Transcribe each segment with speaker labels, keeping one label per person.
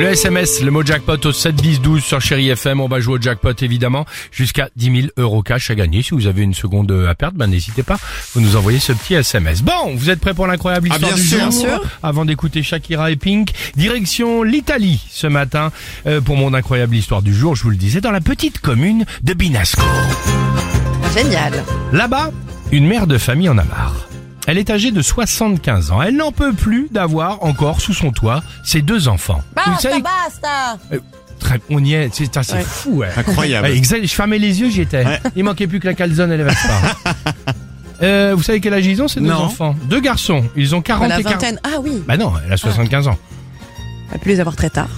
Speaker 1: Le SMS, le mot jackpot au 7 10 12 sur Chéri FM. On va jouer au jackpot évidemment jusqu'à 10 000 euros cash à gagner. Si vous avez une seconde à perdre, ben n'hésitez pas. Vous nous envoyez ce petit SMS. Bon, vous êtes prêts pour l'incroyable
Speaker 2: Ah,
Speaker 1: histoire
Speaker 2: bien
Speaker 1: du
Speaker 2: sûr.
Speaker 1: jour
Speaker 2: Bien
Speaker 1: Avant d'écouter Shakira et Pink, direction l'Italie ce matin euh, pour mon incroyable histoire du jour. Je vous le disais dans la petite commune de Binasco.
Speaker 3: Génial.
Speaker 1: Là-bas, une mère de famille en a marre. Elle est âgée de 75 ans. Elle n'en peut plus d'avoir encore sous son toit ses deux enfants. Vous savez-
Speaker 4: basta
Speaker 1: Très- on y est, c'est c'est fou. ouais. Ah,
Speaker 2: Incroyable.
Speaker 1: Ouais, exact, je fermais les yeux, j'y étais. Il manquait plus que la calzone et les pas. euh, vous savez quel âge ils ont, ces deux
Speaker 2: Non.
Speaker 1: enfants Deux garçons, ils ont 40
Speaker 4: La
Speaker 1: et 40.
Speaker 4: vingtaine, ah oui,
Speaker 1: Bah non, elle a 75 ans.
Speaker 4: on va plus les avoir très tard.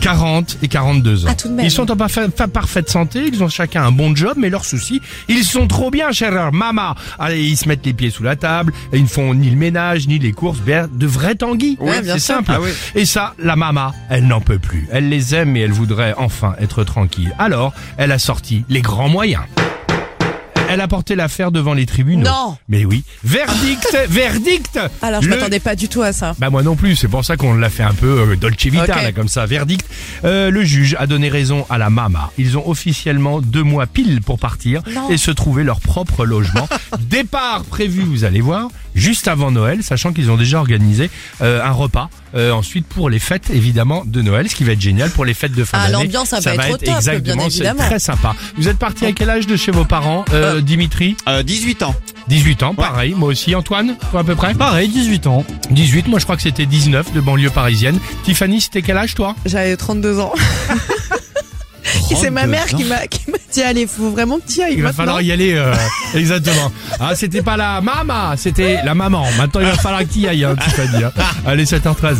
Speaker 1: 40 et 42 ans.
Speaker 4: Ah, tout de même.
Speaker 1: Ils sont en parfa- fa- parfaite santé, ils ont chacun un bon job, mais leur souci, ils sont trop bien, chère maman. Allez, ils se mettent les pieds sous la table, et ils ne font ni le ménage, ni les courses, bien de vrais tanguis.
Speaker 2: Ouais, bien
Speaker 1: c'est
Speaker 2: sûr.
Speaker 1: simple.
Speaker 2: Ah oui.
Speaker 1: Et ça, la maman, elle n'en peut plus. Elle les aime et elle voudrait enfin être tranquille. Alors, elle a sorti les grands moyens. Elle a porté l'affaire devant les tribunaux.
Speaker 4: Non.
Speaker 1: Mais oui. Verdict, verdict
Speaker 4: Alors, je
Speaker 1: Le
Speaker 4: m'attendais pas du tout à ça.
Speaker 1: bah moi non plus, c'est pour ça qu'on l'a fait un peu euh, dolce vita,
Speaker 4: Hein. Ok.
Speaker 1: là, comme ça, verdict. Euh, le juge a donné raison à la mama. Ils ont officiellement deux mois pile pour partir
Speaker 4: Non.
Speaker 1: et se trouver leur propre logement. Départ prévu, vous allez voir, juste avant Noël, sachant qu'ils ont déjà organisé euh, un repas. euh, ensuite pour les fêtes évidemment de Noël, ce qui va être génial pour les fêtes de fin
Speaker 4: Ah,
Speaker 1: d'année.
Speaker 4: l'ambiance, ça va être au top, bien
Speaker 1: exactement, c'est
Speaker 4: évidemment.
Speaker 1: très sympa. Vous êtes parti à quel âge de chez vos parents, euh, Dimitri
Speaker 5: Euh, 18 ans.
Speaker 1: 18 ans, pareil, moi aussi Antoine, toi à peu près Pareil, 18 ans. 18, moi je crois que c'était 19 de banlieue parisienne. Tiffany, c'était quel âge toi
Speaker 4: J'avais 32 ans. Et c'est ma mère qui m'a qui m'a dit allez, faut vraiment que tu ailles
Speaker 1: Il va
Speaker 4: maintenant.
Speaker 1: falloir y aller, euh, exactement. Ah, c'était pas la maman, c'était la maman. Maintenant il va falloir que tu y ailles, hein, Tiffany. hein. Allez, 7h13,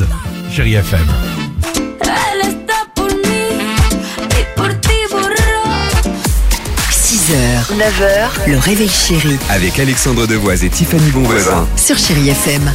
Speaker 1: chérie FM.
Speaker 6: Él está por mí y por ti borró.
Speaker 3: 6h, 9h, le réveil chéri
Speaker 2: Avec Alexandre Devoise et Tiffany Bonvoisin.
Speaker 3: sur Chéri FM.